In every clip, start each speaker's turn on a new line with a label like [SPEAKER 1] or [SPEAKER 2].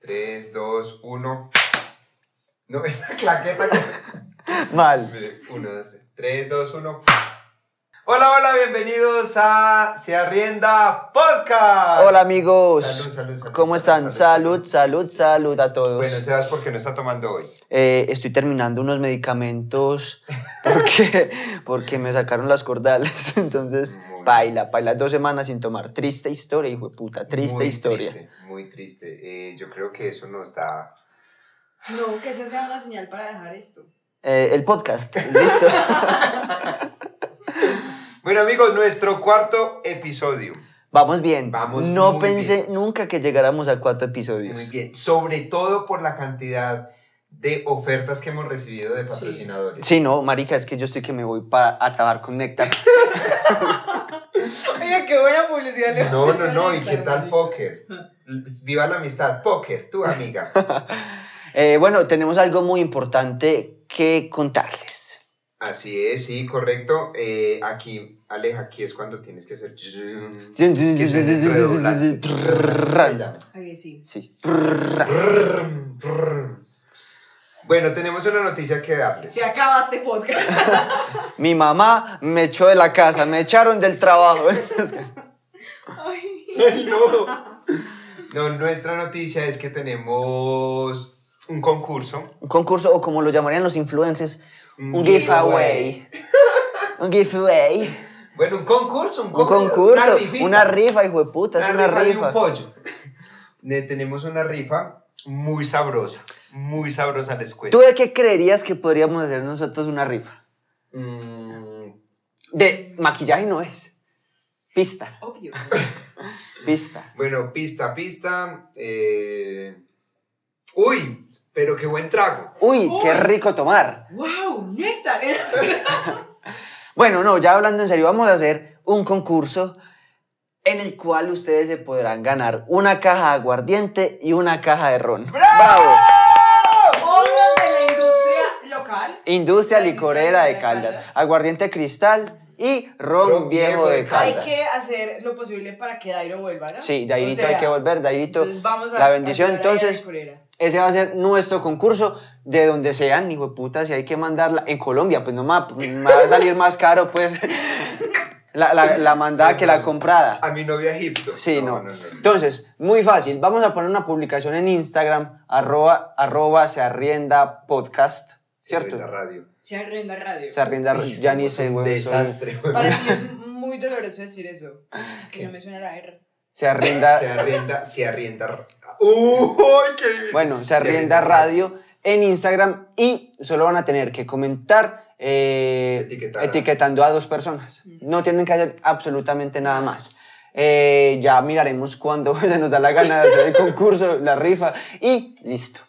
[SPEAKER 1] 3, 2, 1. No, esa claqueta que.
[SPEAKER 2] Mal.
[SPEAKER 1] Mire, 1, 2, 3, 2, 1. Hola, hola, bienvenidos a Se Arrienda Podcast.
[SPEAKER 2] Hola amigos.
[SPEAKER 1] Salud, salud, salud, salud,
[SPEAKER 2] ¿Cómo están? Salud, salud, salud a todos.
[SPEAKER 1] Bueno, Sebas, ¿por qué no está tomando hoy?
[SPEAKER 2] Eh, estoy terminando unos medicamentos porque, porque me sacaron las cordales. Entonces,
[SPEAKER 1] Muy bien.
[SPEAKER 2] baila, baila dos semanas sin tomar. Triste historia, hijo de puta. Triste
[SPEAKER 1] Muy
[SPEAKER 2] historia.
[SPEAKER 1] Triste, muy triste. Eh, yo creo que eso nos da.
[SPEAKER 3] No, que esa sea una señal para dejar esto.
[SPEAKER 2] Eh, el podcast, listo.
[SPEAKER 1] Bueno, amigos, nuestro cuarto episodio.
[SPEAKER 2] Vamos bien.
[SPEAKER 1] Vamos
[SPEAKER 2] no
[SPEAKER 1] muy
[SPEAKER 2] pensé nunca que llegáramos a cuatro episodios.
[SPEAKER 1] Muy bien. Sobre todo por la cantidad de ofertas que hemos recibido de patrocinadores.
[SPEAKER 2] Sí, no, marica, es que yo estoy que me voy para acabar con Nectar.
[SPEAKER 3] Oye, qué buena publicidad le
[SPEAKER 1] No,
[SPEAKER 3] hemos
[SPEAKER 1] no,
[SPEAKER 3] hecho
[SPEAKER 1] no,
[SPEAKER 3] a
[SPEAKER 1] ¿y
[SPEAKER 3] esta,
[SPEAKER 1] qué tal
[SPEAKER 3] marica?
[SPEAKER 1] póker? pues, Viva la amistad, póker, tu amiga.
[SPEAKER 2] Eh, bueno, tenemos algo muy importante que contarles.
[SPEAKER 1] Así es, sí, correcto. Eh, aquí, Aleja, aquí es cuando tienes que hacer... zoom, que es el redoblante. Se llama.
[SPEAKER 3] Ay, sí.
[SPEAKER 2] Sí.
[SPEAKER 1] Brrrm, brrrm. Bueno, tenemos una noticia que darles.
[SPEAKER 3] Se acaba este podcast.
[SPEAKER 2] Mi mamá me echó de la casa, me echaron del trabajo.
[SPEAKER 3] Ay.
[SPEAKER 1] Ay, no. No, nuestra noticia es que tenemos un concurso.
[SPEAKER 2] Un concurso, o como lo llamarían los influencers, un giveaway. Un giveaway.
[SPEAKER 1] Bueno, un concurso, un
[SPEAKER 2] Un
[SPEAKER 1] concurso.
[SPEAKER 2] concurso.
[SPEAKER 1] rifita.
[SPEAKER 2] Una rifa, hijo de puta. Es una
[SPEAKER 1] de un
[SPEAKER 2] rifa.
[SPEAKER 1] pollo. Ne- tenemos una rifa muy sabrosa, muy sabrosa la escuela.
[SPEAKER 2] ¿Tú de qué creerías que podríamos hacer nosotros una rifa?
[SPEAKER 1] Mm,
[SPEAKER 2] De maquillaje no es. Pista,
[SPEAKER 3] Obvio.
[SPEAKER 2] pista.
[SPEAKER 1] bueno, pista, pista. eh. Uy, pero qué buen trago.
[SPEAKER 2] Uy, qué
[SPEAKER 3] Uy.
[SPEAKER 2] rico tomar.
[SPEAKER 3] ¡Wow! ¡Néctar!
[SPEAKER 2] Bueno, no, ya hablando en serio, vamos a hacer un concurso en el cual ustedes se podrán ganar una caja de aguardiente y una caja de ron. ¡Bravo!
[SPEAKER 3] ¡Obvio de la industria local!
[SPEAKER 2] Industria
[SPEAKER 3] La
[SPEAKER 2] licorera de
[SPEAKER 3] industria
[SPEAKER 2] Caldas,
[SPEAKER 3] de Caldas.
[SPEAKER 2] aguardiente cristal y ron,
[SPEAKER 1] Ron
[SPEAKER 2] viejo
[SPEAKER 1] viejo
[SPEAKER 2] de
[SPEAKER 1] de
[SPEAKER 3] Hay
[SPEAKER 2] Caldas.
[SPEAKER 3] que hacer lo posible para que Dairo vuelva, ¿no?
[SPEAKER 2] Sí, Dairito
[SPEAKER 3] O sea,
[SPEAKER 2] hay que volver, Dairito.
[SPEAKER 3] Entonces vamos a
[SPEAKER 2] la bendición,
[SPEAKER 3] a ayudar a Dairo
[SPEAKER 2] entonces.
[SPEAKER 3] Corera.
[SPEAKER 2] Ese va a ser nuestro concurso de donde sean, hijo de puta, si hay que mandarla en Colombia, pues no me va, me va a salir más caro, pues la, la- la mandada que la comprada.
[SPEAKER 1] A mi novia Egipto.
[SPEAKER 2] Sí, no.
[SPEAKER 1] no, no.
[SPEAKER 2] Entonces, muy fácil. Vamos a poner una publicación en Instagram, arroba, arroba se arrienda podcast, ¿cierto?
[SPEAKER 1] La radio.
[SPEAKER 3] Se arrenda radio.
[SPEAKER 2] Se arrienda,
[SPEAKER 1] Uy,
[SPEAKER 2] ya ni
[SPEAKER 1] somos
[SPEAKER 2] sé,
[SPEAKER 1] un
[SPEAKER 2] güey, soy-
[SPEAKER 1] Desastre, güey.
[SPEAKER 3] Para mí es muy doloroso decir eso. Que no me suena la R.
[SPEAKER 2] Se arrienda,
[SPEAKER 1] Se arrienda, se arrienda. ¡Uy, qué difícil!
[SPEAKER 2] Bueno, se arrienda radio en Instagram y solo van a tener que comentar eh,
[SPEAKER 1] Etiquetar a-
[SPEAKER 2] etiquetando a dos personas. No tienen que hacer absolutamente nada más. Eh, ya miraremos cuando se nos da la gana de hacer el concurso, la rifa y listo.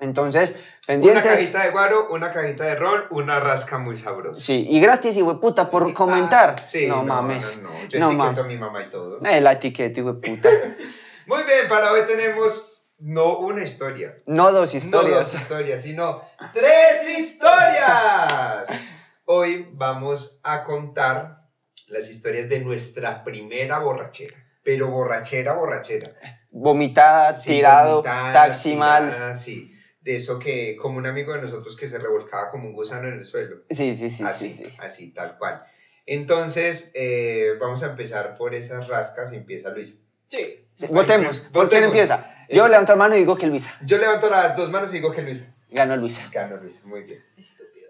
[SPEAKER 2] Entonces,
[SPEAKER 1] Una
[SPEAKER 2] pendientes.
[SPEAKER 1] cajita de guaro, una cajita de rol, una rasca muy sabrosa.
[SPEAKER 2] Sí, y gratis, y puta, por
[SPEAKER 3] Ah,
[SPEAKER 2] comentar.
[SPEAKER 1] Sí,
[SPEAKER 2] no, mames.
[SPEAKER 1] No, no. Yo
[SPEAKER 2] No
[SPEAKER 1] etiqueto
[SPEAKER 2] mames.
[SPEAKER 1] a mi mamá y todo.
[SPEAKER 2] Eh, la etiqueta, puta.
[SPEAKER 1] Muy bien, para hoy tenemos no una historia,
[SPEAKER 2] No dos
[SPEAKER 1] no
[SPEAKER 2] historias.
[SPEAKER 1] dos historias, sino tres historias. Hoy vamos a contar las historias de nuestra primera borrachera, pero borrachera, borrachera.
[SPEAKER 2] Vomitada,
[SPEAKER 1] Sin
[SPEAKER 2] Ah, tirado,
[SPEAKER 1] vomitada,
[SPEAKER 2] taxi mal.
[SPEAKER 1] tirada, Sí, de eso que, como un amigo de nosotros que se revolcaba como un gusano en el suelo.
[SPEAKER 2] Sí, sí, sí,
[SPEAKER 1] así,
[SPEAKER 2] sí, sí.
[SPEAKER 1] así, tal cual. Entonces, eh, vamos a empezar por esas rascas y empieza Luisa.
[SPEAKER 3] Sí.
[SPEAKER 2] Sí, Votemos.
[SPEAKER 1] Votemos.
[SPEAKER 2] ¿Por quién empieza? Yo
[SPEAKER 1] Eh.
[SPEAKER 2] levanto la mano y digo que Luisa.
[SPEAKER 1] Yo levanto las dos manos y digo que Luisa.
[SPEAKER 2] Ganó Luisa.
[SPEAKER 1] Ganó Luisa, muy bien.
[SPEAKER 3] Estúpido.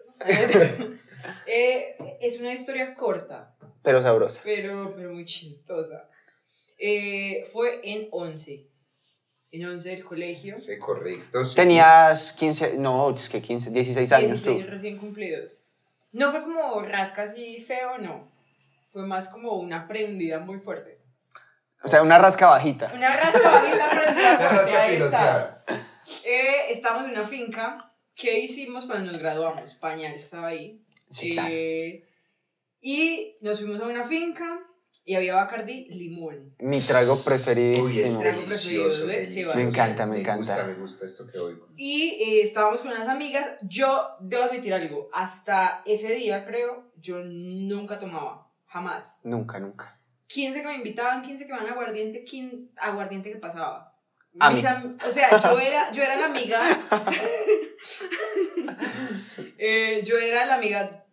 [SPEAKER 3] Eh, es una historia corta.
[SPEAKER 2] Pero sabrosa.
[SPEAKER 3] pero, pero muy chistosa. Eh, fue en 11. En 11 del colegio.
[SPEAKER 1] Sí, correcto. sí.
[SPEAKER 2] Tenías 15, no, es que 15, 16 años
[SPEAKER 3] 16
[SPEAKER 2] tú.
[SPEAKER 3] recién cumplidos. No fue como rasca así feo, no. Fue más como una prendida muy fuerte.
[SPEAKER 2] O sea, una rasca bajita.
[SPEAKER 3] Una rasca bajita prendida
[SPEAKER 1] La
[SPEAKER 3] fuerte,
[SPEAKER 1] rasca
[SPEAKER 3] ahí está.
[SPEAKER 1] piloteada.
[SPEAKER 3] Eh, estamos en una finca. ¿Qué hicimos cuando nos graduamos? Pañal estaba ahí.
[SPEAKER 2] Sí, claro.
[SPEAKER 3] Eh, Y nos fuimos a una finca y había Bacardi limón.
[SPEAKER 2] Mi trago
[SPEAKER 1] Uy, este- es
[SPEAKER 2] preferidísimo.
[SPEAKER 3] Tengo preferido,
[SPEAKER 1] delicioso,
[SPEAKER 3] ¿eh?
[SPEAKER 1] delicioso.
[SPEAKER 3] Sí,
[SPEAKER 2] Me encanta, me
[SPEAKER 1] gusta,
[SPEAKER 2] encanta.
[SPEAKER 1] me gusta esto que oigo.
[SPEAKER 3] Y eh, estábamos con unas amigas. Yo debo admitir algo. Hasta ese día, creo, yo nunca tomaba. Jamás.
[SPEAKER 2] Nunca, nunca.
[SPEAKER 3] 15 que me invitaban, 15 que van a aguardiente, 15 aguardiente que pasaba.
[SPEAKER 2] A
[SPEAKER 3] Mis
[SPEAKER 2] mí.
[SPEAKER 3] am- o sea, yo era, yo era la amiga. Eh, yo era la amiga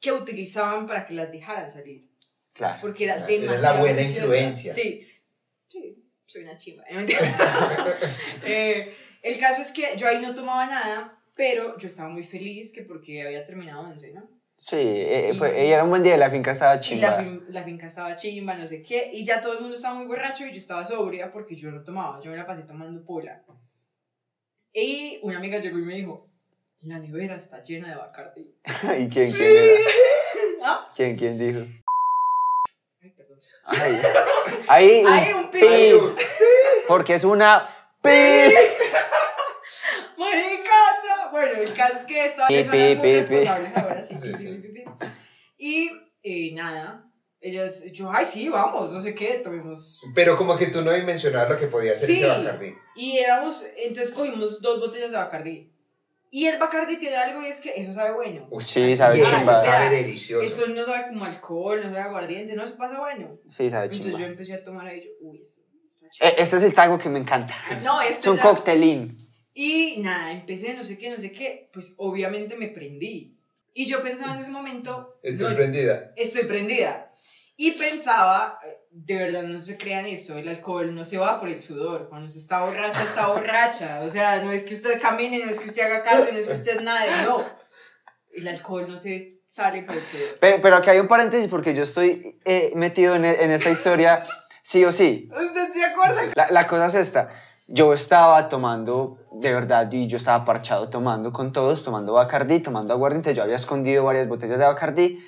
[SPEAKER 3] que utilizaban para que las dejaran salir.
[SPEAKER 2] Claro.
[SPEAKER 3] Porque era
[SPEAKER 1] Era la
[SPEAKER 3] demasiado.
[SPEAKER 1] buena
[SPEAKER 3] juiciosa.
[SPEAKER 1] influencia.
[SPEAKER 3] Sí. Sí, soy una chiva. No, mentira. Eh, el caso es que yo ahí no tomaba nada, pero yo estaba muy feliz que porque había terminado 11, ¿no?
[SPEAKER 2] Sí, eh,
[SPEAKER 3] Y-
[SPEAKER 2] fue- ella era un buen día y la finca estaba
[SPEAKER 3] Y la,
[SPEAKER 2] chimba.
[SPEAKER 3] fin- la finca estaba chimba, no sé qué. Y ya todo el mundo estaba muy borracho y yo estaba sobria porque yo no tomaba. Yo me la pasé tomando pola. Y una amiga llegó y me dijo, la nevera está llena de Bacardi.
[SPEAKER 2] ¿Y quién, quién era?
[SPEAKER 3] Ah,
[SPEAKER 2] ¿Quién, quién dijo?
[SPEAKER 3] Ay, perdón.
[SPEAKER 2] Ahí. Ahí, un
[SPEAKER 3] Ahí un
[SPEAKER 2] pi,
[SPEAKER 3] pip.
[SPEAKER 2] Porque es una pi.
[SPEAKER 3] Marica, no. Bueno, el caso es que esta
[SPEAKER 2] Pi,
[SPEAKER 3] persona es
[SPEAKER 2] pi,
[SPEAKER 3] muy
[SPEAKER 2] pi,
[SPEAKER 3] responsable ahora, sí, sí,
[SPEAKER 1] Sí,
[SPEAKER 3] sí,
[SPEAKER 1] sí.
[SPEAKER 3] pi, pi. Y eh, nada, ellas, yo, ay, sí, vamos, no sé qué, tomemos.
[SPEAKER 1] Pero como que tú no dimensionabas lo que podía hacer
[SPEAKER 3] Sí.
[SPEAKER 1] ese Bacardi.
[SPEAKER 3] Y éramos, entonces cogimos dos botellas de Bacardi. Y el Bacardi tiene algo y es que eso sabe bueno.
[SPEAKER 1] Uy,
[SPEAKER 2] Sí, sabe
[SPEAKER 1] y eso
[SPEAKER 3] chimba.
[SPEAKER 1] sabe delicioso.
[SPEAKER 3] Eso no sabe como alcohol, no sabe aguardiente, no, eso pasa bueno.
[SPEAKER 2] Sí, sabe
[SPEAKER 3] Entonces
[SPEAKER 2] chimba.
[SPEAKER 3] yo empecé a tomar ahí, yo, uy, eso está
[SPEAKER 2] Eh,
[SPEAKER 3] chévere.
[SPEAKER 2] Este es el taco que me encanta.
[SPEAKER 3] No, este
[SPEAKER 2] Es un
[SPEAKER 3] ya-
[SPEAKER 2] coctelín.
[SPEAKER 3] Y nada, empecé no sé qué, no sé qué, pues obviamente me prendí. Y yo pensaba en ese momento,
[SPEAKER 1] Estoy
[SPEAKER 3] "No,
[SPEAKER 1] prendida.
[SPEAKER 3] estoy prendida. Y pensaba, eh, de verdad no se crean esto, el alcohol no se va por el sudor, cuando usted está borracha, está borracha. O sea, no es que usted camine, no es que usted haga cardio, no es que usted nade, no. El alcohol no se sale por el sudor.
[SPEAKER 2] Pero, pero aquí hay un paréntesis porque yo estoy eh, metido en, e- en esta historia sí o sí.
[SPEAKER 3] ¿Usted se acuerda?
[SPEAKER 2] La, la cosa es esta. Yo estaba tomando, de verdad, y yo estaba parchado tomando con todos, tomando Bacardí, tomando aguardiente. Yo había escondido varias botellas de Bacardí.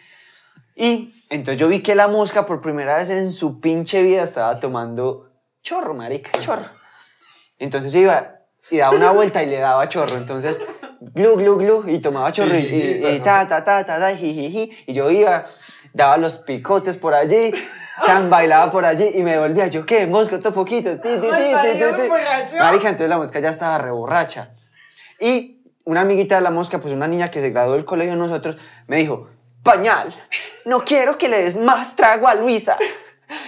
[SPEAKER 2] Y entonces yo vi que la mosca por primera vez en su pinche vida estaba tomando chorro, marica, chorro. Entonces yo iba y daba una vuelta y le daba chorro. Entonces, glu, glu, glu, y tomaba chorro y, y- y ta, ta, ta, ta, ta, ji, ji, ji. Y yo iba, daba los picotes por allí, tan bailaba por allí y me volvía. Yo, ¿qué? Mosca, otro poquito. Ti, ti, ti, ti, ti, ti. Marica, entonces la mosca ya estaba reborracha. Y una amiguita de la mosca, pues una niña que se graduó del colegio de nosotros, me dijo, pañal, no quiero que le des más trago a Luisa.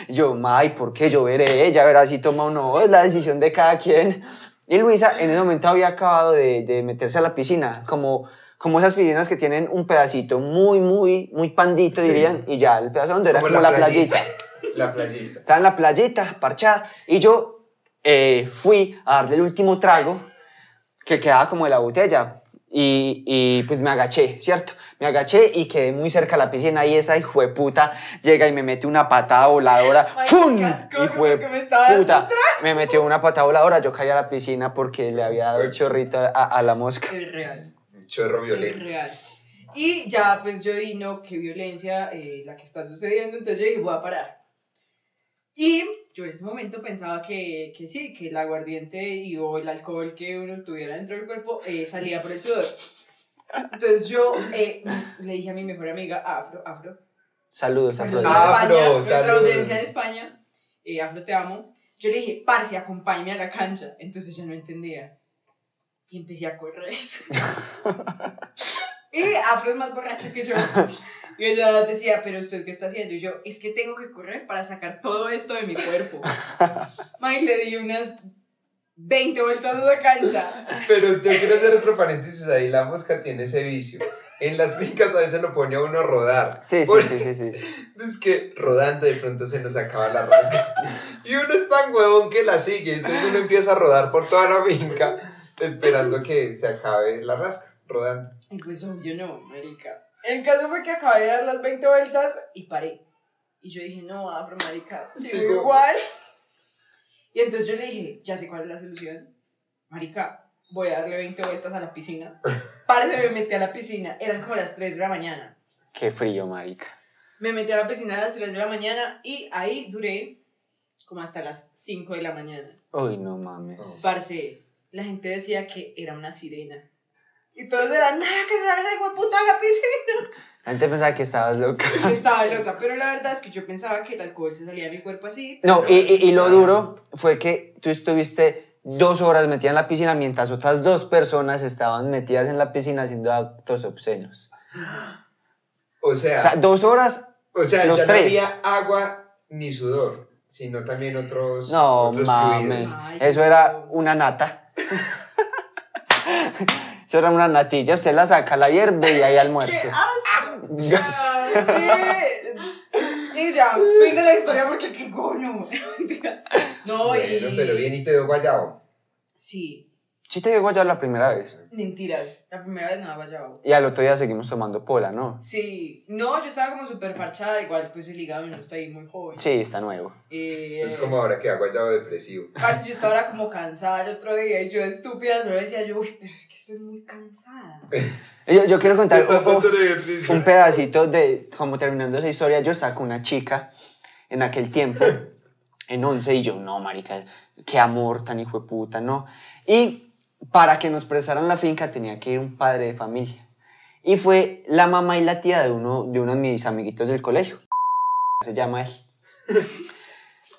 [SPEAKER 2] Y Yo, may, ¿por qué? Yo veré, ella verá si toma o no, es la decisión de cada quien. Y Luisa en ese momento había acabado de, de meterse a la piscina, como, como esas piscinas que tienen un pedacito muy, muy, muy pandito,
[SPEAKER 1] Sí.
[SPEAKER 2] dirían, y ya el pedazo donde era
[SPEAKER 1] Como
[SPEAKER 2] como la
[SPEAKER 1] la
[SPEAKER 2] playita.
[SPEAKER 1] playita. La playita.
[SPEAKER 2] Estaba en la playita, parchada, y yo eh, fui a darle el último trago que quedaba como de la botella. Y, y, pues me agaché, ¿cierto? Me agaché y quedé muy cerca de la piscina y esa hijueputa llega y me mete una patada voladora.
[SPEAKER 3] Ay,
[SPEAKER 2] ¡Fum!
[SPEAKER 3] qué asco, porque me estaba dando
[SPEAKER 2] Hijueputa. Me metió una patada voladora, yo caí a la piscina porque le había dado el chorrito a, a la mosca.
[SPEAKER 3] Es real,
[SPEAKER 1] Un chorro
[SPEAKER 3] es
[SPEAKER 1] violento.
[SPEAKER 3] real. Y ya pues yo vi, no, qué violencia eh, la que está sucediendo, entonces yo dije, voy a parar. Y yo en ese momento pensaba que, que sí, que el aguardiente y o el alcohol que uno tuviera dentro del cuerpo eh, salía por el sudor. Entonces yo eh, le dije a mi mejor amiga, Afro, Afro,
[SPEAKER 2] Saludos,
[SPEAKER 3] Saludos
[SPEAKER 2] Afrodita.
[SPEAKER 1] Ah,
[SPEAKER 3] a España,
[SPEAKER 1] Afro,
[SPEAKER 3] nuestra
[SPEAKER 1] saludos.
[SPEAKER 3] audiencia en España, eh, Afro te amo. Yo le dije, parce, acompáñame a la cancha. Entonces ya no entendía. Y empecé a correr. y Afro es más borracho que yo. Y ella decía, pero usted qué está haciendo? Y yo, es que tengo que correr para sacar todo esto de mi cuerpo. May, le di unas 20 vueltas a la cancha.
[SPEAKER 1] Pero yo quiero hacer otro paréntesis ahí. La mosca tiene ese vicio. En las fincas a veces lo pone a uno a rodar.
[SPEAKER 2] Sí, sí,
[SPEAKER 1] Porque
[SPEAKER 2] sí, sí, sí.
[SPEAKER 1] Es que rodando de pronto se nos acaba la rosca. Y uno es tan huevón que la sigue. Entonces uno empieza a rodar por toda la finca esperando que se acabe la rasca. Rodando.
[SPEAKER 3] Y pues obvio no, marica. El caso fue que acabé de dar las 20 vueltas y paré. Y yo dije, no, afro, marica, sigo
[SPEAKER 1] Sigo.
[SPEAKER 3] igual. Y entonces yo le dije, ya sé cuál es la solución. Marica, voy a darle 20 vueltas a la piscina. Parce, me metí a la piscina. Eran como las 3 de la mañana.
[SPEAKER 2] Qué frío, marica.
[SPEAKER 3] Me metí a la piscina a las 3 de la mañana y ahí duré como hasta las 5 de la mañana.
[SPEAKER 2] Uy, no mames.
[SPEAKER 3] Parce, la gente decía que era una sirena. Y todos eran, nada, que se haga esa puta a la piscina.
[SPEAKER 2] Antes pensaba que estabas loca.
[SPEAKER 3] que estaba loca, pero la verdad es que yo pensaba que el alcohol se salía de mi cuerpo así.
[SPEAKER 2] No, y, y- y lo duro fue que tú estuviste dos horas metida en la piscina mientras otras dos personas estaban metidas en la piscina haciendo actos obscenos.
[SPEAKER 1] O
[SPEAKER 2] O sea,
[SPEAKER 1] sea,
[SPEAKER 2] dos horas,
[SPEAKER 1] o sea
[SPEAKER 2] los
[SPEAKER 1] ya no
[SPEAKER 2] tres.
[SPEAKER 1] había agua ni sudor. sino también otros,
[SPEAKER 2] No,
[SPEAKER 1] otros
[SPEAKER 2] mames.
[SPEAKER 1] fluidos.
[SPEAKER 3] Ay,
[SPEAKER 2] Eso
[SPEAKER 3] qué
[SPEAKER 2] era
[SPEAKER 3] feo.
[SPEAKER 2] una nata. Eso era una natilla. Usted la saca, la hierve y hay
[SPEAKER 3] ¡Qué
[SPEAKER 2] almuerzo.
[SPEAKER 3] asco! Ay, y ya, fin de la historia porque qué cono. Mentira. no,
[SPEAKER 1] Bueno,
[SPEAKER 3] y...
[SPEAKER 1] pero bien y te veo guayabo.
[SPEAKER 3] Sí,
[SPEAKER 2] Sí te llegó ya la primera vez.
[SPEAKER 3] mentiras. La primera vez no daba guayabo.
[SPEAKER 2] Y al otro día seguimos tomando pola, ¿no?
[SPEAKER 3] Sí, no, yo estaba como súper parchada, igual pues el hígado no está ahí muy joven.
[SPEAKER 2] Sí, está nuevo.
[SPEAKER 3] Eh,
[SPEAKER 1] Es como ahora que da guayabo depresivo.
[SPEAKER 3] parce, yo estaba ahora como cansada el otro día y yo estúpida, solo decía yo, uy, pero es que estoy muy cansada.
[SPEAKER 2] Yo, yo quiero contar un- un-
[SPEAKER 1] ejercicio.
[SPEAKER 2] un pedacito de, como terminando esa historia, yo estaba con una chica en aquel tiempo, en 11, y yo, no, marica, qué amor tan hijo de puta, ¿no? Y para que nos prestaran la finca tenía que ir un padre de familia. Y fue la mamá y la tía de uno de, uno de mis amiguitos del colegio. Se llama él.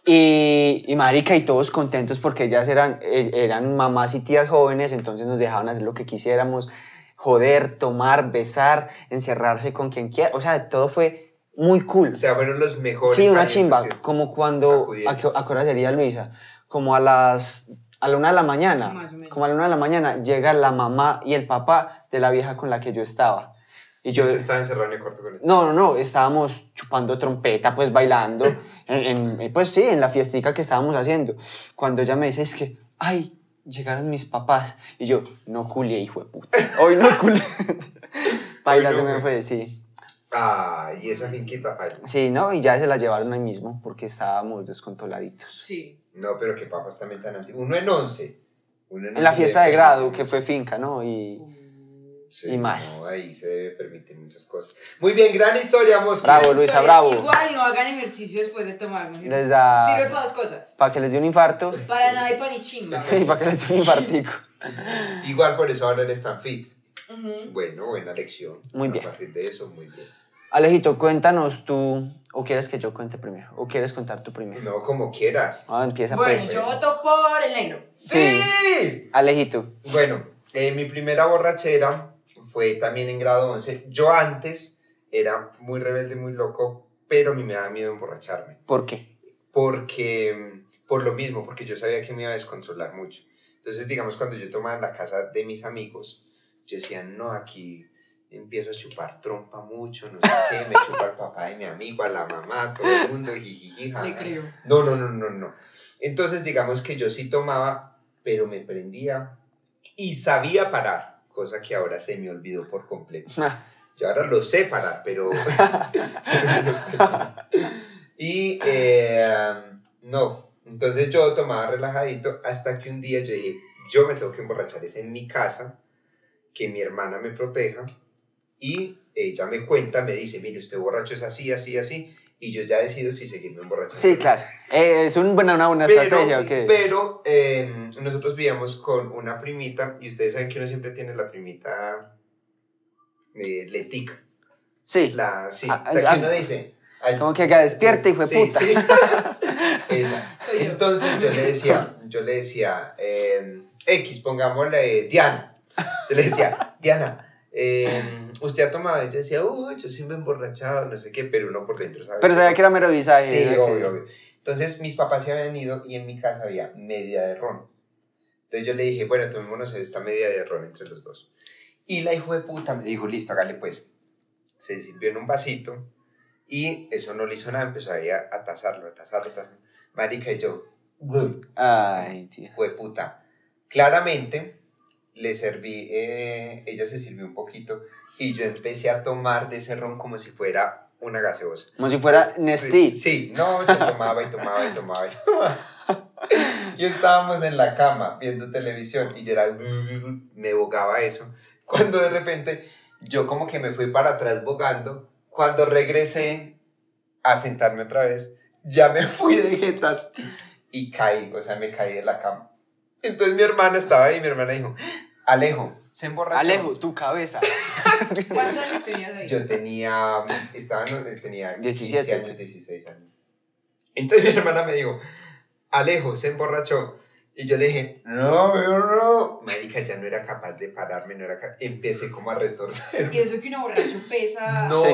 [SPEAKER 2] Y, y marica, y todos contentos porque ellas eran, eh, eran mamás y tías jóvenes, entonces nos dejaban hacer lo que quisiéramos joder, tomar, besar, encerrarse con quien quiera. O sea, todo fue muy cool.
[SPEAKER 1] O sea, fueron los mejores.
[SPEAKER 2] Sí, una
[SPEAKER 1] parientes
[SPEAKER 2] chimba.
[SPEAKER 1] que-
[SPEAKER 2] Como cuando. ¿A qué, a qué hora sería Luisa? Como a las. A la una de la mañana.
[SPEAKER 3] Más o menos.
[SPEAKER 2] Como a la una de la mañana llega la mamá y el papá de la vieja con la que yo estaba. Y yo.
[SPEAKER 1] Este estaba encerrado en el cuarto con él.
[SPEAKER 2] No, no, no, estábamos chupando trompeta, pues bailando, en, en- pues sí, en la fiestica que estábamos haciendo. Cuando ella me dice, es que, ay, llegaron mis papás. Y yo, no culé, hijo de puta. Hoy no culé. Baila
[SPEAKER 1] Hoy no,
[SPEAKER 2] se me
[SPEAKER 1] güey.
[SPEAKER 2] fue, sí.
[SPEAKER 1] Ah, y esa finquita, pa.
[SPEAKER 2] Sí, no, y ya se la llevaron ahí mismo porque estábamos descontroladitos.
[SPEAKER 3] Sí,
[SPEAKER 1] No, pero qué papas también tan antiguo. Uno en once. Uno
[SPEAKER 2] En la
[SPEAKER 1] once
[SPEAKER 2] fiesta de
[SPEAKER 1] debe
[SPEAKER 2] grado, que
[SPEAKER 1] permitir-
[SPEAKER 2] fue finca, ¿no? Y
[SPEAKER 1] Sí,
[SPEAKER 2] y mal.
[SPEAKER 1] No, ahí se debe permitir muchas cosas. Muy bien, gran historia, Mosca.
[SPEAKER 2] Bravo, Luisa,
[SPEAKER 3] Sorry,
[SPEAKER 2] bravo.
[SPEAKER 3] Igual no hagan ejercicio después de tomar. ¿no?
[SPEAKER 2] les
[SPEAKER 1] Ah.
[SPEAKER 3] Sirve
[SPEAKER 2] da...
[SPEAKER 3] para dos cosas.
[SPEAKER 2] Para que les dé un infarto
[SPEAKER 3] Para nada y para ni chimba.
[SPEAKER 2] y para que les dé un infartico.
[SPEAKER 1] Igual por eso ahora eres tan fit.
[SPEAKER 3] Ujú.
[SPEAKER 1] Bueno, buena lección.
[SPEAKER 2] Muy bien.
[SPEAKER 1] A partir de eso, muy bien.
[SPEAKER 2] Alejito, cuéntanos tú, o quieres que yo cuente primero, o quieres contar tú primero.
[SPEAKER 1] No, como quieras.
[SPEAKER 2] Ah, empieza
[SPEAKER 3] Bueno,
[SPEAKER 2] pues.
[SPEAKER 3] yo voto por el negro.
[SPEAKER 2] Sí.
[SPEAKER 1] ¡Sí!
[SPEAKER 2] Alejito.
[SPEAKER 1] Bueno, eh, mi primera borrachera fue también en grado 11. Yo antes era muy rebelde, muy loco, pero a mí me daba miedo emborracharme.
[SPEAKER 2] ¿Por qué?
[SPEAKER 1] porque por lo mismo, porque yo sabía que me iba a descontrolar mucho. Entonces, digamos, cuando yo tomaba en la casa de mis amigos, yo decía, no, aquí empiezo a chupar trompa mucho, no sé qué, me chupa el papá de mi amigo, a la mamá, a todo el mundo, jijijija.
[SPEAKER 3] Le creo.
[SPEAKER 1] No, no, no, no, no. Entonces, digamos que yo sí tomaba, pero me prendía y sabía parar, cosa que ahora se me olvidó por completo.
[SPEAKER 2] Ah,
[SPEAKER 1] Yo ahora lo sé parar, pero... pero lo sé parar. y eh, no, entonces yo tomaba relajadito hasta que un día yo dije, yo me tengo que emborrachar, es en mi casa, que mi hermana me proteja. Y ella me cuenta, me dice, mire, usted borracho es así, así, así. Y yo ya decido si seguirme emborrachando.
[SPEAKER 2] Sí, claro. Eh, es un, buena, una buena estrategia, ¿o qué?
[SPEAKER 1] Pero eh, nosotros vivíamos con una primita y ustedes saben que uno siempre tiene la primita eh, letica.
[SPEAKER 2] sí.
[SPEAKER 1] La, sí,
[SPEAKER 2] Ah,
[SPEAKER 1] la que
[SPEAKER 2] ah,
[SPEAKER 1] uno dice. ay,
[SPEAKER 2] Como que acá despierta, hijo de
[SPEAKER 1] sí,
[SPEAKER 2] puta.
[SPEAKER 1] sí. Esa.
[SPEAKER 3] Soy yo.
[SPEAKER 1] Entonces yo le decía, yo le decía, eh, X, pongámosle Diana. Yo le decía, Diana, eh, usted ha tomado. Ella decía, uy, yo siempre emborrachado, no sé qué, pero uno por dentro sabe.
[SPEAKER 2] Pero sabía que era mero visaje.
[SPEAKER 1] Sí,
[SPEAKER 2] ¿verdad?
[SPEAKER 1] obvio, obvio. Entonces mis papás se habían ido y en mi casa había media de ron. Entonces yo le dije, bueno, tomémonos esta media de ron entre los dos. Y la hijo de puta me dijo, listo, hágale pues. Se sirvió en un vasito y eso no le hizo nada, empezó ahí a, a tasarlo, a tasarlo, a tasarlo. Marica y yo, "Bum,
[SPEAKER 2] Ay, tío.
[SPEAKER 1] hijo de puta. Claramente le serví, eh, ella se sirvió un poquito y yo empecé a tomar de ese ron como si fuera una gaseosa.
[SPEAKER 2] Como si fuera Nestí.
[SPEAKER 1] Sí, sí, no, yo tomaba y tomaba y tomaba y tomaba. Y estábamos en la cama viendo televisión y yo era, me bogaba eso. Cuando de repente yo como que me fui para atrás bogando, cuando regresé a sentarme otra vez, ya me fui de jetas y caí, o sea, me caí de la cama. Entonces mi hermana estaba ahí, mi hermana dijo, Alejo, se emborrachó.
[SPEAKER 2] Alejo, tu cabeza.
[SPEAKER 3] ¿Cuántos años tenías ahí?
[SPEAKER 1] Yo tenía, estaba, en- tenía
[SPEAKER 2] 17.
[SPEAKER 1] 15 años, 16 años. Entonces mi hermana me dijo, Alejo, se emborrachó. Y yo le dije, no, no, no. Marica, ya no era capaz de pararme, no era capaz. Empecé como a retorcer.
[SPEAKER 3] Y eso que uno borracho pesa.
[SPEAKER 1] No,
[SPEAKER 2] Sí,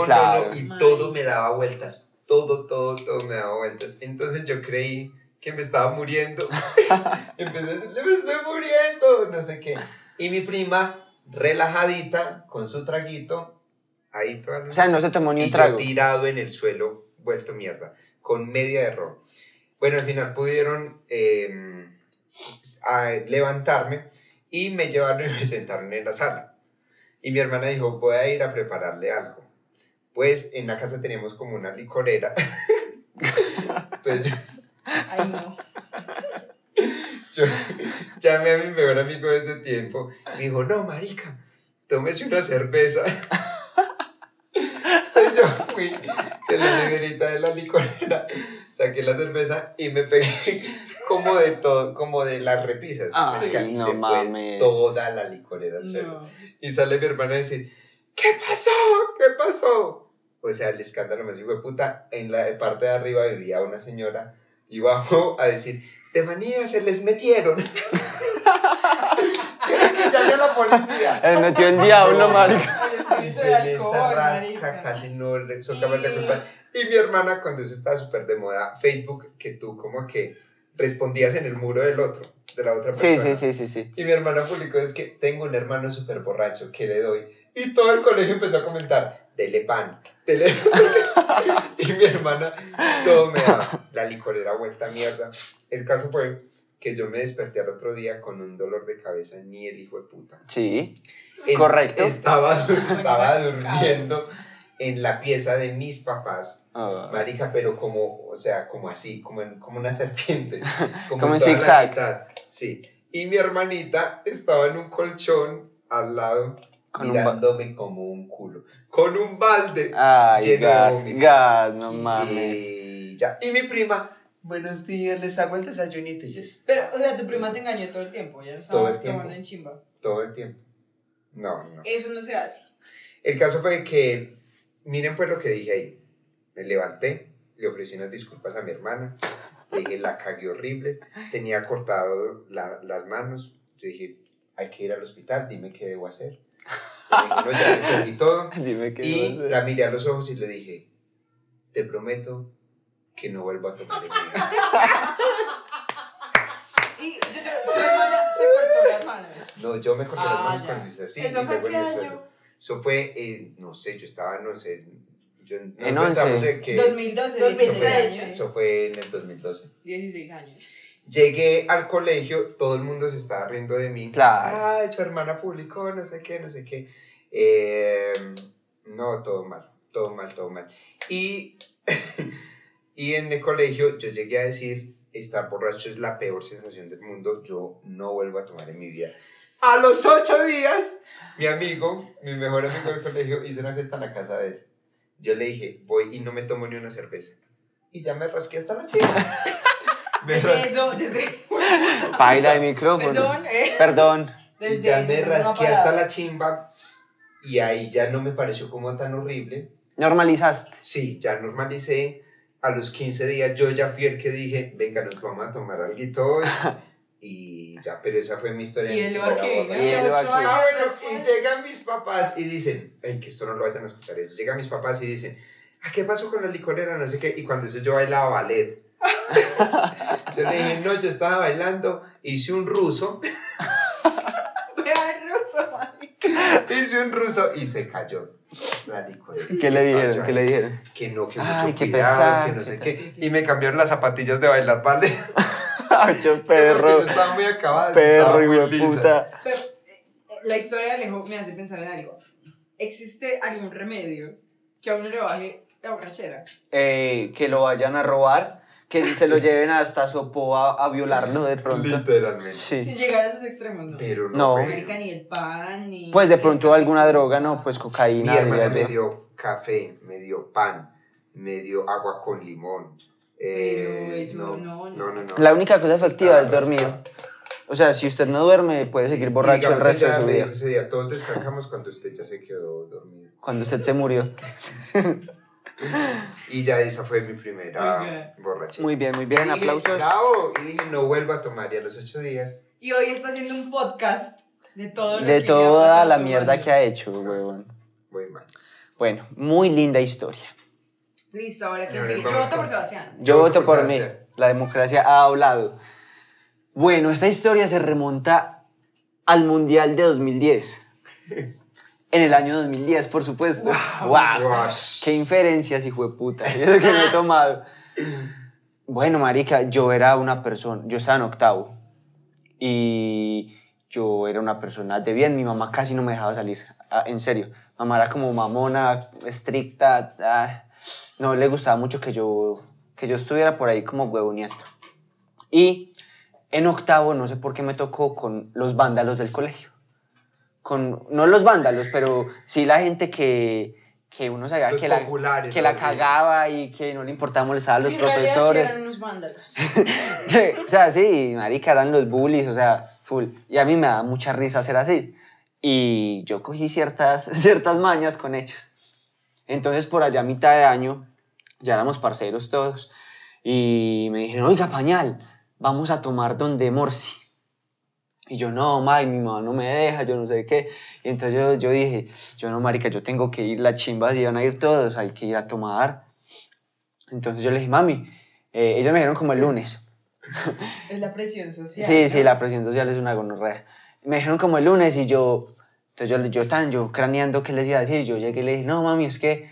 [SPEAKER 1] no,
[SPEAKER 2] claro.
[SPEAKER 1] no. Y todo me daba vueltas. todo, todo, todo me daba vueltas. Entonces yo creí que me estaba muriendo. Empecé a decirle, me estoy muriendo, no sé qué. Y mi prima, relajadita, con su traguito, ahí toda la
[SPEAKER 2] O sea,
[SPEAKER 1] noche.
[SPEAKER 2] no se tomó ni
[SPEAKER 1] Y
[SPEAKER 2] un
[SPEAKER 1] yo
[SPEAKER 2] trago.
[SPEAKER 1] tirado en el suelo, vuelto mierda, con media de ron. Bueno, al final pudieron eh, a- levantarme y me llevaron y me sentaron en la sala. Y mi hermana dijo, voy a ir a prepararle algo. Pues en la casa tenemos como una licorera. Entonces
[SPEAKER 3] Ay, no.
[SPEAKER 1] yo, yo llamé a mi mejor amigo de ese tiempo. Me dijo, no, marica, tómese una cerveza. Entonces yo fui de la neverita de la licorera, saqué la cerveza y me pegué como de todo, como de las repisas.
[SPEAKER 2] Ay,
[SPEAKER 1] Marica, y
[SPEAKER 2] Ah, no
[SPEAKER 1] se fue
[SPEAKER 2] mames.
[SPEAKER 1] toda la licorera al suelo.
[SPEAKER 3] No.
[SPEAKER 1] Y sale mi hermana a decir, ¿qué pasó? ¿Qué pasó? O sea, el escándalo me dijo, puta, en la parte de arriba vivía una señora y bajó a decir, Estefanía, se les metieron. Tienen que llamar a la policía.
[SPEAKER 2] Él Eh, metió el diablo,
[SPEAKER 1] No.
[SPEAKER 2] marica.
[SPEAKER 3] El
[SPEAKER 1] Y
[SPEAKER 3] espíritu
[SPEAKER 1] yo
[SPEAKER 3] del
[SPEAKER 1] en esa
[SPEAKER 3] alcohol,
[SPEAKER 1] rasca
[SPEAKER 3] marica.
[SPEAKER 1] casi no le- son capaces de
[SPEAKER 3] Sí.
[SPEAKER 1] acostar. Y mi hermana, cuando eso estaba súper de moda, Facebook, que tú como que respondías en el muro del otro, de la otra persona.
[SPEAKER 2] Sí, sí, sí, sí, sí.
[SPEAKER 1] Y mi hermana publicó es que tengo un hermano súper borracho, ¿qué le doy? Y todo el colegio empezó a comentar, dele pan, dele... no sé qué". y mi hermana, todo me daba la licorera vuelta a mierda. El caso fue que yo me desperté al otro día con un dolor de cabeza, ni el hijo de puta.
[SPEAKER 2] Sí.
[SPEAKER 1] Es-
[SPEAKER 2] Correcto.
[SPEAKER 1] Estaba, estaba
[SPEAKER 3] Exacto.
[SPEAKER 1] durmiendo en la pieza de mis papás,
[SPEAKER 2] Ah.
[SPEAKER 1] marica, pero como, o sea, como así, como, en- como una serpiente.
[SPEAKER 2] Como en
[SPEAKER 1] toda la
[SPEAKER 2] zigzag.
[SPEAKER 1] mitad, Sí. Y mi hermanita estaba en un colchón al lado,
[SPEAKER 2] Con un ba-
[SPEAKER 1] mirándome como un culo, con un balde.
[SPEAKER 2] Ay,
[SPEAKER 1] lleno de
[SPEAKER 2] gas,
[SPEAKER 1] vómito.
[SPEAKER 2] gas, no mames.
[SPEAKER 1] Y ya. Y mi prima, buenos días, les hago el desayunito y ya está.
[SPEAKER 3] Pero, o sea, tu prima te engañó todo el tiempo, ya lo
[SPEAKER 1] Todo el
[SPEAKER 3] estaba
[SPEAKER 1] tiempo.
[SPEAKER 3] tomando en chimba.
[SPEAKER 1] Todo el tiempo. No, no.
[SPEAKER 3] Eso no se hace.
[SPEAKER 1] El caso fue que, miren pues lo que dije ahí. Me levanté, le ofrecí unas disculpas a mi hermana, le dije, la cagué horrible, tenía cortado la- las manos, yo dije, hay que ir al hospital, dime qué debo hacer. Me dijo, no, ya le cogí todo.
[SPEAKER 2] Dime qué
[SPEAKER 1] Y
[SPEAKER 2] vas a hacer.
[SPEAKER 1] la miré a los ojos y le dije, te prometo que no vuelvo a tomar en mi vida".
[SPEAKER 3] Y yo te, tu hermana se cortó las manos.
[SPEAKER 1] No, yo me corté las
[SPEAKER 3] Ah,
[SPEAKER 1] manos
[SPEAKER 3] ya.
[SPEAKER 1] cuando hice así.
[SPEAKER 3] Eso
[SPEAKER 1] y
[SPEAKER 3] fue
[SPEAKER 1] luego
[SPEAKER 3] qué
[SPEAKER 1] en el suelo.
[SPEAKER 3] año.
[SPEAKER 1] Eso fue, eh, no sé, yo estaba, no sé, yo,
[SPEAKER 2] En
[SPEAKER 1] nos
[SPEAKER 2] once.
[SPEAKER 1] encontramos en que-
[SPEAKER 3] 2012,
[SPEAKER 1] 2013.
[SPEAKER 3] 2013. años.
[SPEAKER 1] Eso fue en el 2012.
[SPEAKER 3] 16 años.
[SPEAKER 1] Llegué al colegio, todo el mundo se estaba riendo de mí.
[SPEAKER 2] Claro.
[SPEAKER 1] Ay, su hermana publicó, no sé qué, no sé qué. Eh, no, todo mal, todo mal, todo mal. Y, y en el colegio yo llegué a decir, estar borracho es la peor sensación del mundo, yo no vuelvo a tomar en mi vida. A los ocho días, mi amigo, mi mejor amigo del colegio, hizo una fiesta en la casa de él. Yo le dije, voy y no me tomo ni una cerveza. Y ya me rasqué hasta la chica. me rasqué.
[SPEAKER 3] Eso, desde.
[SPEAKER 2] Paila de micrófono.
[SPEAKER 3] Perdón, eh.
[SPEAKER 2] Perdón.
[SPEAKER 1] Y
[SPEAKER 3] Desde
[SPEAKER 1] ya me
[SPEAKER 3] desde no ha
[SPEAKER 1] rasqué hasta
[SPEAKER 3] parado.
[SPEAKER 1] la chimba y ahí ya no me pareció como tan horrible.
[SPEAKER 2] Normalizaste.
[SPEAKER 1] Sí, ya normalicé. A los 15 días yo ya fui el que dije, venga, nos vamos a tomar algo hoy. Y ya, pero esa fue mi historia.
[SPEAKER 3] Y
[SPEAKER 1] en
[SPEAKER 3] él
[SPEAKER 1] la
[SPEAKER 3] va que
[SPEAKER 1] borracha.
[SPEAKER 2] Y él va aquí.
[SPEAKER 1] Ah, bueno, y llegan mis papás y dicen, ay, que esto no lo vayan a escuchar ellos. Llegan mis papás y dicen, ah, ¿qué pasó con la licorera? No sé qué. Y cuando eso yo bailaba ballet. yo le dije, no, yo estaba bailando, hice un ruso,
[SPEAKER 3] Vean, ruso, marica.
[SPEAKER 1] hice un ruso y se cayó la licorera.
[SPEAKER 2] ¿Qué le
[SPEAKER 1] Se
[SPEAKER 2] dijeron?
[SPEAKER 1] cayó
[SPEAKER 2] ¿Qué
[SPEAKER 1] ahí.
[SPEAKER 2] le dijeron?
[SPEAKER 1] Que no, que mucho
[SPEAKER 2] Ay, qué
[SPEAKER 1] cuidado,
[SPEAKER 2] pesar,
[SPEAKER 1] que no
[SPEAKER 2] qué
[SPEAKER 1] sé qué. Y me cambiaron las zapatillas de bailar ballet.
[SPEAKER 2] Ay, yo
[SPEAKER 1] porque
[SPEAKER 2] perro.
[SPEAKER 1] yo estaba muy acabada. estaba
[SPEAKER 2] Perro,
[SPEAKER 1] muy
[SPEAKER 2] hijo de
[SPEAKER 1] lisa.
[SPEAKER 2] puta.
[SPEAKER 3] Pero eh, la historia de Alejo me hace pensar en algo. ¿Existe algún remedio que a uno le baje la borrachera?
[SPEAKER 2] Eh, que lo vayan a robar. Que se lo lleven hasta Sopoa a violarlo de pronto.
[SPEAKER 1] Literalmente.
[SPEAKER 2] Sí.
[SPEAKER 3] Sin llegar a esos extremos, no.
[SPEAKER 1] Pero
[SPEAKER 2] No.
[SPEAKER 1] no. fue-
[SPEAKER 3] Marica, ni el pan, ni.
[SPEAKER 2] Pues de
[SPEAKER 3] que-
[SPEAKER 2] pronto alguna droga, no, pues cocaína.
[SPEAKER 1] Mi hermana me
[SPEAKER 2] diría yo.
[SPEAKER 1] dio café, me dio pan, me dio agua con limón.
[SPEAKER 3] Pero
[SPEAKER 1] Eh,
[SPEAKER 3] eso
[SPEAKER 1] no,
[SPEAKER 3] no,
[SPEAKER 1] no,
[SPEAKER 3] no.
[SPEAKER 1] no,
[SPEAKER 2] La única cosa efectiva es
[SPEAKER 1] Estaba
[SPEAKER 2] dormir.
[SPEAKER 1] rascado.
[SPEAKER 2] O sea, si usted no duerme, puede seguir borracho el
[SPEAKER 1] Digamos,
[SPEAKER 2] resto
[SPEAKER 1] ella
[SPEAKER 2] de su
[SPEAKER 1] me
[SPEAKER 2] vida.
[SPEAKER 1] dijo Ese día todos descansamos cuando usted ya se quedó dormido.
[SPEAKER 2] Cuando usted se murió.
[SPEAKER 1] Y ya esa fue mi primera
[SPEAKER 3] Oiga.
[SPEAKER 1] borrachera.
[SPEAKER 2] Muy bien, muy bien.
[SPEAKER 1] Y dije,
[SPEAKER 2] Aplausos.
[SPEAKER 1] Bravo. Y dije, no vuelvo a tomar. Y a los ocho días,
[SPEAKER 3] Y hoy está haciendo un podcast de todo lo que
[SPEAKER 2] De
[SPEAKER 3] le ha pasado
[SPEAKER 2] toda
[SPEAKER 3] a
[SPEAKER 2] la
[SPEAKER 3] tu
[SPEAKER 2] mierda
[SPEAKER 3] hermano.
[SPEAKER 2] que ha hecho, huevón.
[SPEAKER 1] voy mal.
[SPEAKER 2] Bueno, muy linda historia.
[SPEAKER 3] Listo, ahora quién
[SPEAKER 1] Ahora
[SPEAKER 3] sigue. Yo
[SPEAKER 1] vamos
[SPEAKER 3] voto
[SPEAKER 1] con-
[SPEAKER 3] por Sebastián.
[SPEAKER 2] Yo voto por mí.
[SPEAKER 1] Sebastián.
[SPEAKER 2] La democracia ha hablado. Bueno, esta historia se remonta al Mundial de 2010. En el año 2010, por supuesto. ¡Guau!
[SPEAKER 1] Guash.
[SPEAKER 2] Ah, ¡Qué inferencias, hijo de puta! Eso que me he tomado. Bueno, marica, yo era una persona... Yo estaba en octavo. Y yo era una persona de bien. Mi mamá casi no me dejaba salir. ah, En serio. Mamá era como mamona, estricta. ah, No le gustaba mucho que yo, que yo estuviera por ahí como huevoneando. Y en octavo, no sé por qué me tocó con los vándalos del colegio. Con, no los vándalos, pero sí la gente que, que uno sabía
[SPEAKER 1] Los
[SPEAKER 2] que la,
[SPEAKER 1] populares,
[SPEAKER 2] que la
[SPEAKER 1] ¿no?
[SPEAKER 2] cagaba y que no le importaba molestar a los
[SPEAKER 3] En realidad sí
[SPEAKER 2] profesores.
[SPEAKER 3] eran unos vándalos.
[SPEAKER 2] o sea, sí, marica, eran los bullies, o sea, full. Y a mí me da mucha risa ser así. Y yo cogí ciertas, ciertas mañas con ellos. Entonces, por allá a mitad de año, ya éramos parceros todos. Y me dijeron, oiga, pañal, vamos a tomar donde Morsi. Y yo, no, ma, y mi mamá no me deja, yo no sé qué. Y entonces yo, yo dije, yo no, marica, yo tengo que ir, las chimbas iban a ir todos, hay que ir a tomar. Entonces yo le dije, mami, eh, ellos me dijeron como el lunes.
[SPEAKER 3] Es la presión social.
[SPEAKER 2] Sí, sí,
[SPEAKER 3] ¿no?
[SPEAKER 2] la presión social es una gonorrea. Me dijeron como el lunes y yo, entonces yo, yo tan, yo craneando qué les iba a decir, yo llegué y le dije, no mami, es que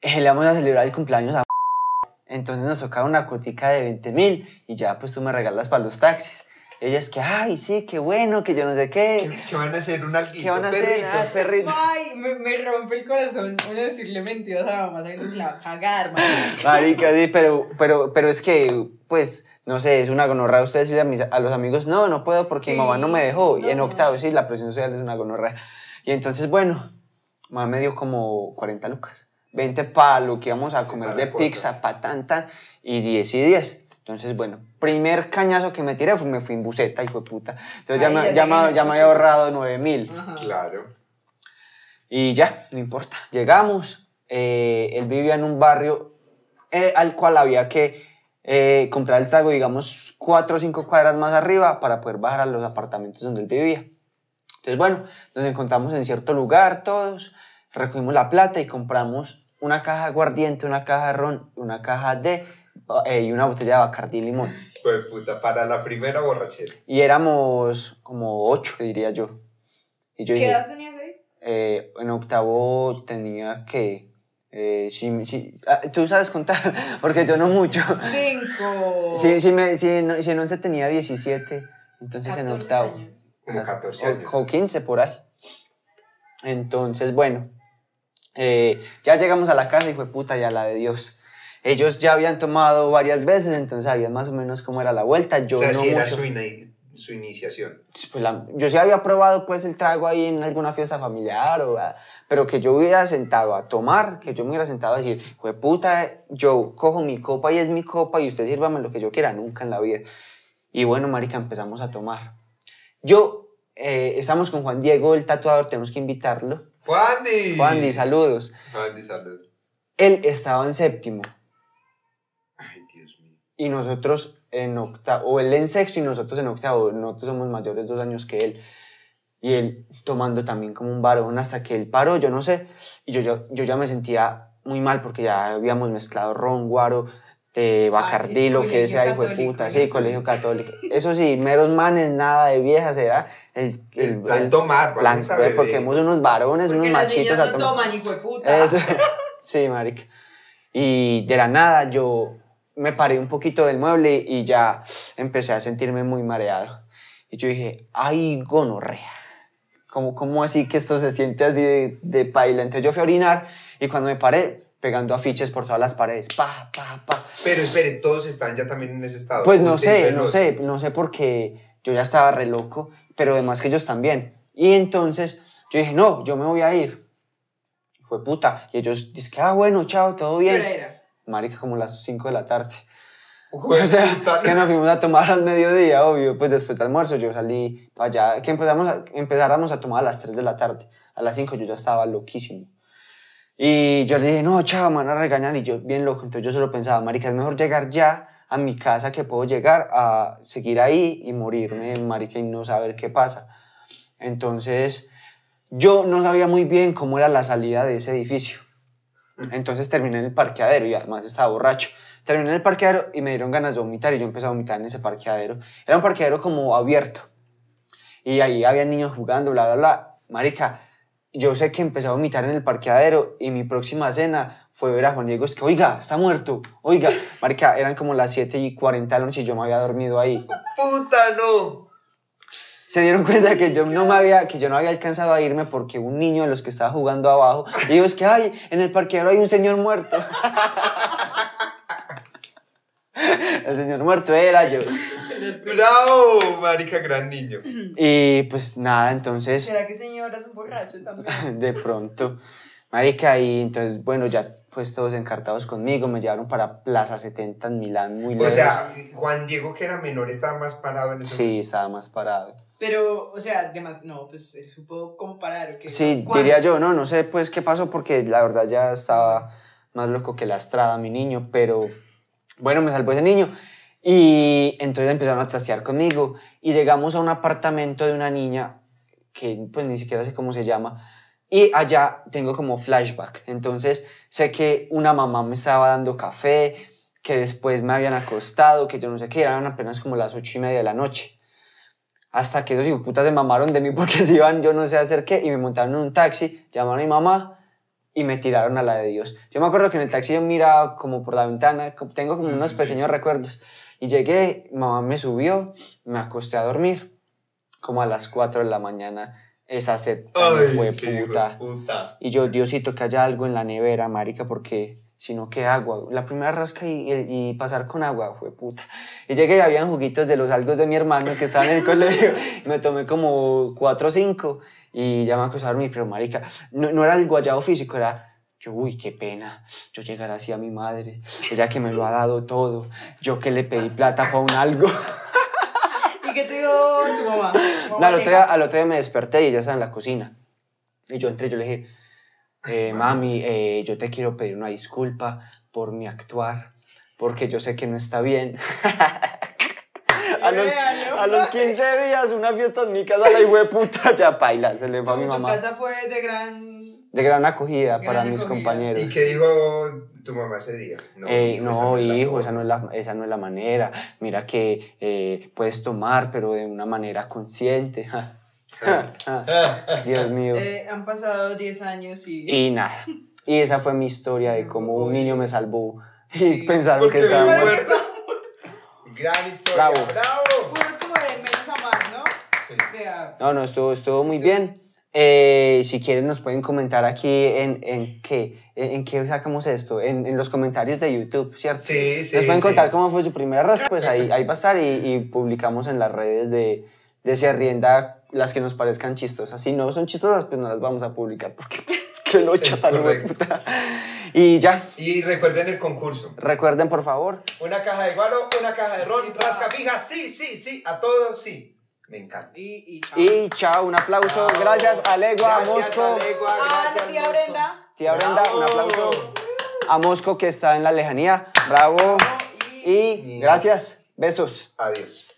[SPEAKER 2] eh, le vamos a celebrar el cumpleaños a entonces nos tocaba una cutica de 20 mil y ya pues tú me regalas para los taxis. Ella es que, ay, sí, qué bueno, que yo no sé qué,
[SPEAKER 1] ¿Qué, qué van a hacer? ¿Un alguito?
[SPEAKER 2] qué van a hacer, ah,
[SPEAKER 1] perritos.
[SPEAKER 2] perrito.
[SPEAKER 3] Ay, me, me rompe el corazón uno decirle mentiras a mamá sabiendo que la va a cagar, marica.
[SPEAKER 2] Marica, sí, pero, pero, pero es que, pues, no sé, es una gonorrea usted decirle a, mis- a los amigos, no, no puedo porque mi
[SPEAKER 3] Sí,
[SPEAKER 2] mamá no me dejó. y en
[SPEAKER 3] no.
[SPEAKER 2] octavo, sí, la presión social es una gonorrea. Y entonces, bueno, mamá me dio como 40 lucas. 20 para lo que íbamos a
[SPEAKER 1] Sí,
[SPEAKER 2] comer
[SPEAKER 1] para
[SPEAKER 2] de
[SPEAKER 1] la cuota.
[SPEAKER 2] pizza, pa' tan, tan, y 10 y 10. Entonces, bueno, primer cañazo que me tiré fue, me fui en buceta, hijo de puta. Entonces ya,
[SPEAKER 3] Ay,
[SPEAKER 2] me,
[SPEAKER 3] ya
[SPEAKER 2] ya,
[SPEAKER 3] te
[SPEAKER 2] me,
[SPEAKER 3] gané
[SPEAKER 2] ya me
[SPEAKER 3] mucho.
[SPEAKER 2] había ahorrado 9 mil.
[SPEAKER 3] Ajá.
[SPEAKER 1] Ah. Claro.
[SPEAKER 2] Y ya, no importa. Llegamos. eh, él vivía en un barrio eh, al cual había que eh, comprar el trago, digamos, cuatro o cinco cuadras más arriba para poder bajar a los apartamentos donde él vivía. Entonces, bueno, nos encontramos en cierto lugar todos, recogimos la plata y compramos una caja de aguardiente, una caja de ron, una caja de... eh, y una botella de Bacardi y limón.
[SPEAKER 1] Pues puta, para la primera borrachera.
[SPEAKER 2] Y éramos como ocho, diría yo. Y yo
[SPEAKER 3] ¿Qué
[SPEAKER 2] dije,
[SPEAKER 3] edad tenías ahí?
[SPEAKER 2] eh, en octavo tenía que... eh, si- si- ah, Tú sabes contar, porque yo no mucho.
[SPEAKER 3] Cinco.
[SPEAKER 2] Si, si, me, si, en, si en once tenía 17, entonces en
[SPEAKER 3] 14
[SPEAKER 2] octavo.
[SPEAKER 3] años.
[SPEAKER 1] Como 14 años.
[SPEAKER 2] O, o 15 por ahí. Entonces, bueno, eh, ya llegamos a la casa y fue puta ya la de Dios. Ellos ya habían tomado varias veces, entonces sabían más o menos cómo era la vuelta. Yo
[SPEAKER 1] o sea,
[SPEAKER 2] no
[SPEAKER 1] si era
[SPEAKER 2] mucho.
[SPEAKER 1] su, ini- su iniciación.
[SPEAKER 2] Pues la- yo sí había probado pues el trago ahí en alguna fiesta familiar, o, ah, pero que yo hubiera sentado a tomar, que yo me hubiera sentado a decir, "Jue puta, eh, yo cojo mi copa y es mi copa y usted sírvame lo que yo quiera, nunca en la vida. Y bueno, marica, empezamos a tomar. Yo, eh, estamos con Juan Diego, el tatuador, tenemos que invitarlo.
[SPEAKER 1] ¡Juandi!
[SPEAKER 2] Juan Di, saludos.
[SPEAKER 1] Juandi, saludos.
[SPEAKER 2] Él estaba en séptimo
[SPEAKER 1] Ay, Dios mío.
[SPEAKER 2] y nosotros en octavo, o él en sexto y nosotros en octavo, nosotros somos mayores dos años que él. Y él tomando también como un varón hasta que él paró, yo no sé. Y yo, yo, yo ya me sentía muy mal porque ya habíamos mezclado ron, guaro, de Bacardí,
[SPEAKER 3] Ah, sí,
[SPEAKER 2] lo que
[SPEAKER 3] colegio
[SPEAKER 2] sea, hijo de
[SPEAKER 3] católico,
[SPEAKER 2] puta,
[SPEAKER 3] eso.
[SPEAKER 2] sí, colegio católico. Eso sí, meros manes, nada de viejas, era el,
[SPEAKER 1] El plan tomar,
[SPEAKER 2] plan,
[SPEAKER 1] vamos a
[SPEAKER 2] güey,
[SPEAKER 1] beber.
[SPEAKER 2] porque somos unos varones,
[SPEAKER 3] Porque
[SPEAKER 2] unos
[SPEAKER 3] las
[SPEAKER 2] machitos
[SPEAKER 3] niñas
[SPEAKER 2] a
[SPEAKER 3] no
[SPEAKER 2] tomar.
[SPEAKER 3] toman, hijo de puta.
[SPEAKER 2] Eso. Sí, marica. Y de la nada yo me paré un poquito del mueble y ya empecé a sentirme muy mareado. Y yo dije, ay, gonorrea. ¿Cómo, cómo así que esto se siente así de, de paila? Entonces yo fui a orinar y cuando me paré, pegando afiches por todas las paredes, pa, pa, pa.
[SPEAKER 1] Pero espere, todos están ya también en ese estado.
[SPEAKER 2] Pues no
[SPEAKER 1] Usted
[SPEAKER 2] sé,
[SPEAKER 1] hizo el
[SPEAKER 2] no
[SPEAKER 1] oso.
[SPEAKER 2] sé, no sé porque yo ya estaba re loco, pero además que ellos también. Y entonces yo dije, no, yo me voy a ir. Fue puta. Y ellos dicen, ah, bueno, chao, todo
[SPEAKER 3] ¿Qué
[SPEAKER 2] bien.
[SPEAKER 3] hora era?
[SPEAKER 2] Marica, como las 5 de la tarde.
[SPEAKER 1] Jue-
[SPEAKER 2] o sea,
[SPEAKER 1] puta.
[SPEAKER 2] Pues, es que nos fuimos a tomar al mediodía, obvio, pues después del almuerzo yo salí para allá, que empezamos a- empezáramos a tomar a las 3 de la tarde, a las 5 yo ya estaba loquísimo. Y yo le dije, no, chao, me van a regañar, y yo bien loco, entonces yo solo pensaba, marica, es mejor llegar ya a mi casa que puedo llegar a seguir ahí y morirme, marica, y no saber qué pasa. Entonces, yo no sabía muy bien cómo era la salida de ese edificio. Entonces terminé en el parqueadero y además estaba borracho. Terminé en el parqueadero y me dieron ganas de vomitar y yo empecé a vomitar en ese parqueadero. Era un parqueadero como abierto. Y ahí había niños jugando, bla, bla, bla. Marica, yo sé que empecé a vomitar en el parqueadero y mi próxima cena fue ver a Juan Diego. Es que, oiga, está muerto, oiga. Marica, eran como las 7 y 40 de la noche y yo me había dormido ahí.
[SPEAKER 1] ¡Puta, no!
[SPEAKER 2] Se dieron cuenta que yo no me había, que yo no había alcanzado a irme porque un niño de los que estaba jugando abajo, y ellos que, ay, en el parqueadero hay un señor muerto. el señor muerto eh, era yo.
[SPEAKER 1] ¡Bravo! Marica, gran niño.
[SPEAKER 2] Y pues nada, entonces
[SPEAKER 3] ¿Será que señora es un borracho también?
[SPEAKER 2] de pronto, marica, y entonces, bueno, ya pues todos encartados conmigo, me llevaron para Plaza 70 en Milán, muy
[SPEAKER 1] O
[SPEAKER 2] lejos.
[SPEAKER 1] sea, Juan Diego, que era menor, estaba más parado en eso.
[SPEAKER 2] sí, estaba más parado.
[SPEAKER 3] Pero, o sea, además, no, pues él supo comparar. ¿o qué?
[SPEAKER 2] Sí,
[SPEAKER 3] ¿Cuál?
[SPEAKER 2] diría yo, no, no sé pues qué pasó porque la verdad ya estaba más loco que la estrada mi niño, pero bueno, me salvó ese niño. Y entonces empezaron a trastear conmigo y llegamos a un apartamento de una niña que pues ni siquiera sé cómo se llama y allá tengo como flashback. Entonces sé que una mamá me estaba dando café, que después me habían acostado, que yo no sé qué, eran apenas como las ocho y media de la noche hasta que esos putas se mamaron de mí porque se iban yo no sé a hacer qué y me montaron en un taxi, llamaron a mi mamá y me tiraron a la de Dios. Yo me acuerdo que en el taxi yo miraba como por la ventana, co- tengo como
[SPEAKER 1] Sí,
[SPEAKER 2] unos
[SPEAKER 1] sí, sí.
[SPEAKER 2] pequeños recuerdos. Y llegué, mamá me subió, me acosté a dormir, como a las 4 de la mañana, esa sed tan
[SPEAKER 1] ¡Ay, sí,
[SPEAKER 2] hijueputa.
[SPEAKER 1] puta!
[SPEAKER 2] Y yo, Diosito, que haya algo en la nevera, marica, porque si no, ¿qué agua? La primera rasca y, y- y pasar con agua, fue puta. Y llegué y habían juguitos de los algos de mi hermano que estaban en el colegio. Me tomé como cuatro o cinco y ya me acostaron mi pero marica, no, no era el guayado físico, era... Yo, uy, qué pena, yo llegar así a mi madre, ella que me lo ha dado todo, yo que le pedí plata para un algo.
[SPEAKER 3] ¿Y qué te digo tu mamá?
[SPEAKER 2] No,
[SPEAKER 3] Mamá,
[SPEAKER 2] al otro,
[SPEAKER 3] venga.
[SPEAKER 2] día, al otro día me desperté y ella estaba en la cocina. Y yo entré, yo le dije, eh, mami, eh, yo te quiero pedir una disculpa por mi actuar, porque yo sé que no está bien. a, los,
[SPEAKER 3] Véalo.
[SPEAKER 2] a los 15 días, una fiesta en mi casa, la hijo de puta, ya paila, se le
[SPEAKER 3] Tu,
[SPEAKER 2] va a mi
[SPEAKER 3] tu
[SPEAKER 2] mamá.
[SPEAKER 3] casa fue de gran.
[SPEAKER 2] De gran acogida
[SPEAKER 3] Gran
[SPEAKER 2] para mis
[SPEAKER 3] acogida.
[SPEAKER 2] compañeros.
[SPEAKER 1] ¿Y qué dijo tu mamá ese día? No,
[SPEAKER 2] Eh,
[SPEAKER 1] esa
[SPEAKER 2] no,
[SPEAKER 1] es la
[SPEAKER 2] hijo,
[SPEAKER 1] forma.
[SPEAKER 2] esa no, es la, esa no es la manera. Mira que eh, puedes tomar, pero de una manera consciente. Dios mío.
[SPEAKER 3] Eh, han pasado 10 años y.
[SPEAKER 2] Y nada. Y esa fue mi historia de cómo un niño me salvó y
[SPEAKER 3] Sí,
[SPEAKER 2] pensaron
[SPEAKER 1] porque
[SPEAKER 2] que estaba
[SPEAKER 1] me
[SPEAKER 2] muerto.
[SPEAKER 1] Gran historia.
[SPEAKER 2] Bravo.
[SPEAKER 1] Bravo.
[SPEAKER 3] Uno es como de menos a más, ¿no?
[SPEAKER 1] Sí.
[SPEAKER 3] O sea,
[SPEAKER 2] No, no, estuvo, estuvo muy bien. Eh, si quieren nos pueden comentar aquí en, en qué, en, en qué sacamos esto, en, en los comentarios de YouTube, ¿cierto?
[SPEAKER 1] Sí, sí.
[SPEAKER 2] nos pueden
[SPEAKER 1] sí.
[SPEAKER 2] contar cómo fue su primera rasca, pues ahí, ahí va a estar y, y publicamos en las redes de, de Se Arrienda las que nos parezcan chistosas. Si no son chistosas, pues no las vamos a publicar porque qué locha
[SPEAKER 1] Es
[SPEAKER 2] tan
[SPEAKER 1] correcto.
[SPEAKER 2] hueputa. Y ya,
[SPEAKER 1] Y recuerden el concurso.
[SPEAKER 2] recuerden por favor,
[SPEAKER 1] Una caja de guaro, una caja de ron,
[SPEAKER 3] Epa.
[SPEAKER 1] rasca fija. Sí, sí, sí. A todos, sí. Me encanta.
[SPEAKER 3] y. y chao.
[SPEAKER 2] Y chao, un aplauso.
[SPEAKER 1] Bravo.
[SPEAKER 2] Gracias a Legua, a
[SPEAKER 1] Gracias,
[SPEAKER 2] Mosco.
[SPEAKER 1] Alegua,
[SPEAKER 3] Ah,
[SPEAKER 1] gracias,
[SPEAKER 3] la tía
[SPEAKER 1] Mosco.
[SPEAKER 3] Brenda.
[SPEAKER 2] Tía Brenda, un
[SPEAKER 1] Bravo.
[SPEAKER 2] aplauso. A Mosco que está en la lejanía. Bravo.
[SPEAKER 3] No, y-
[SPEAKER 2] Y gracias. Besos.
[SPEAKER 1] Adiós.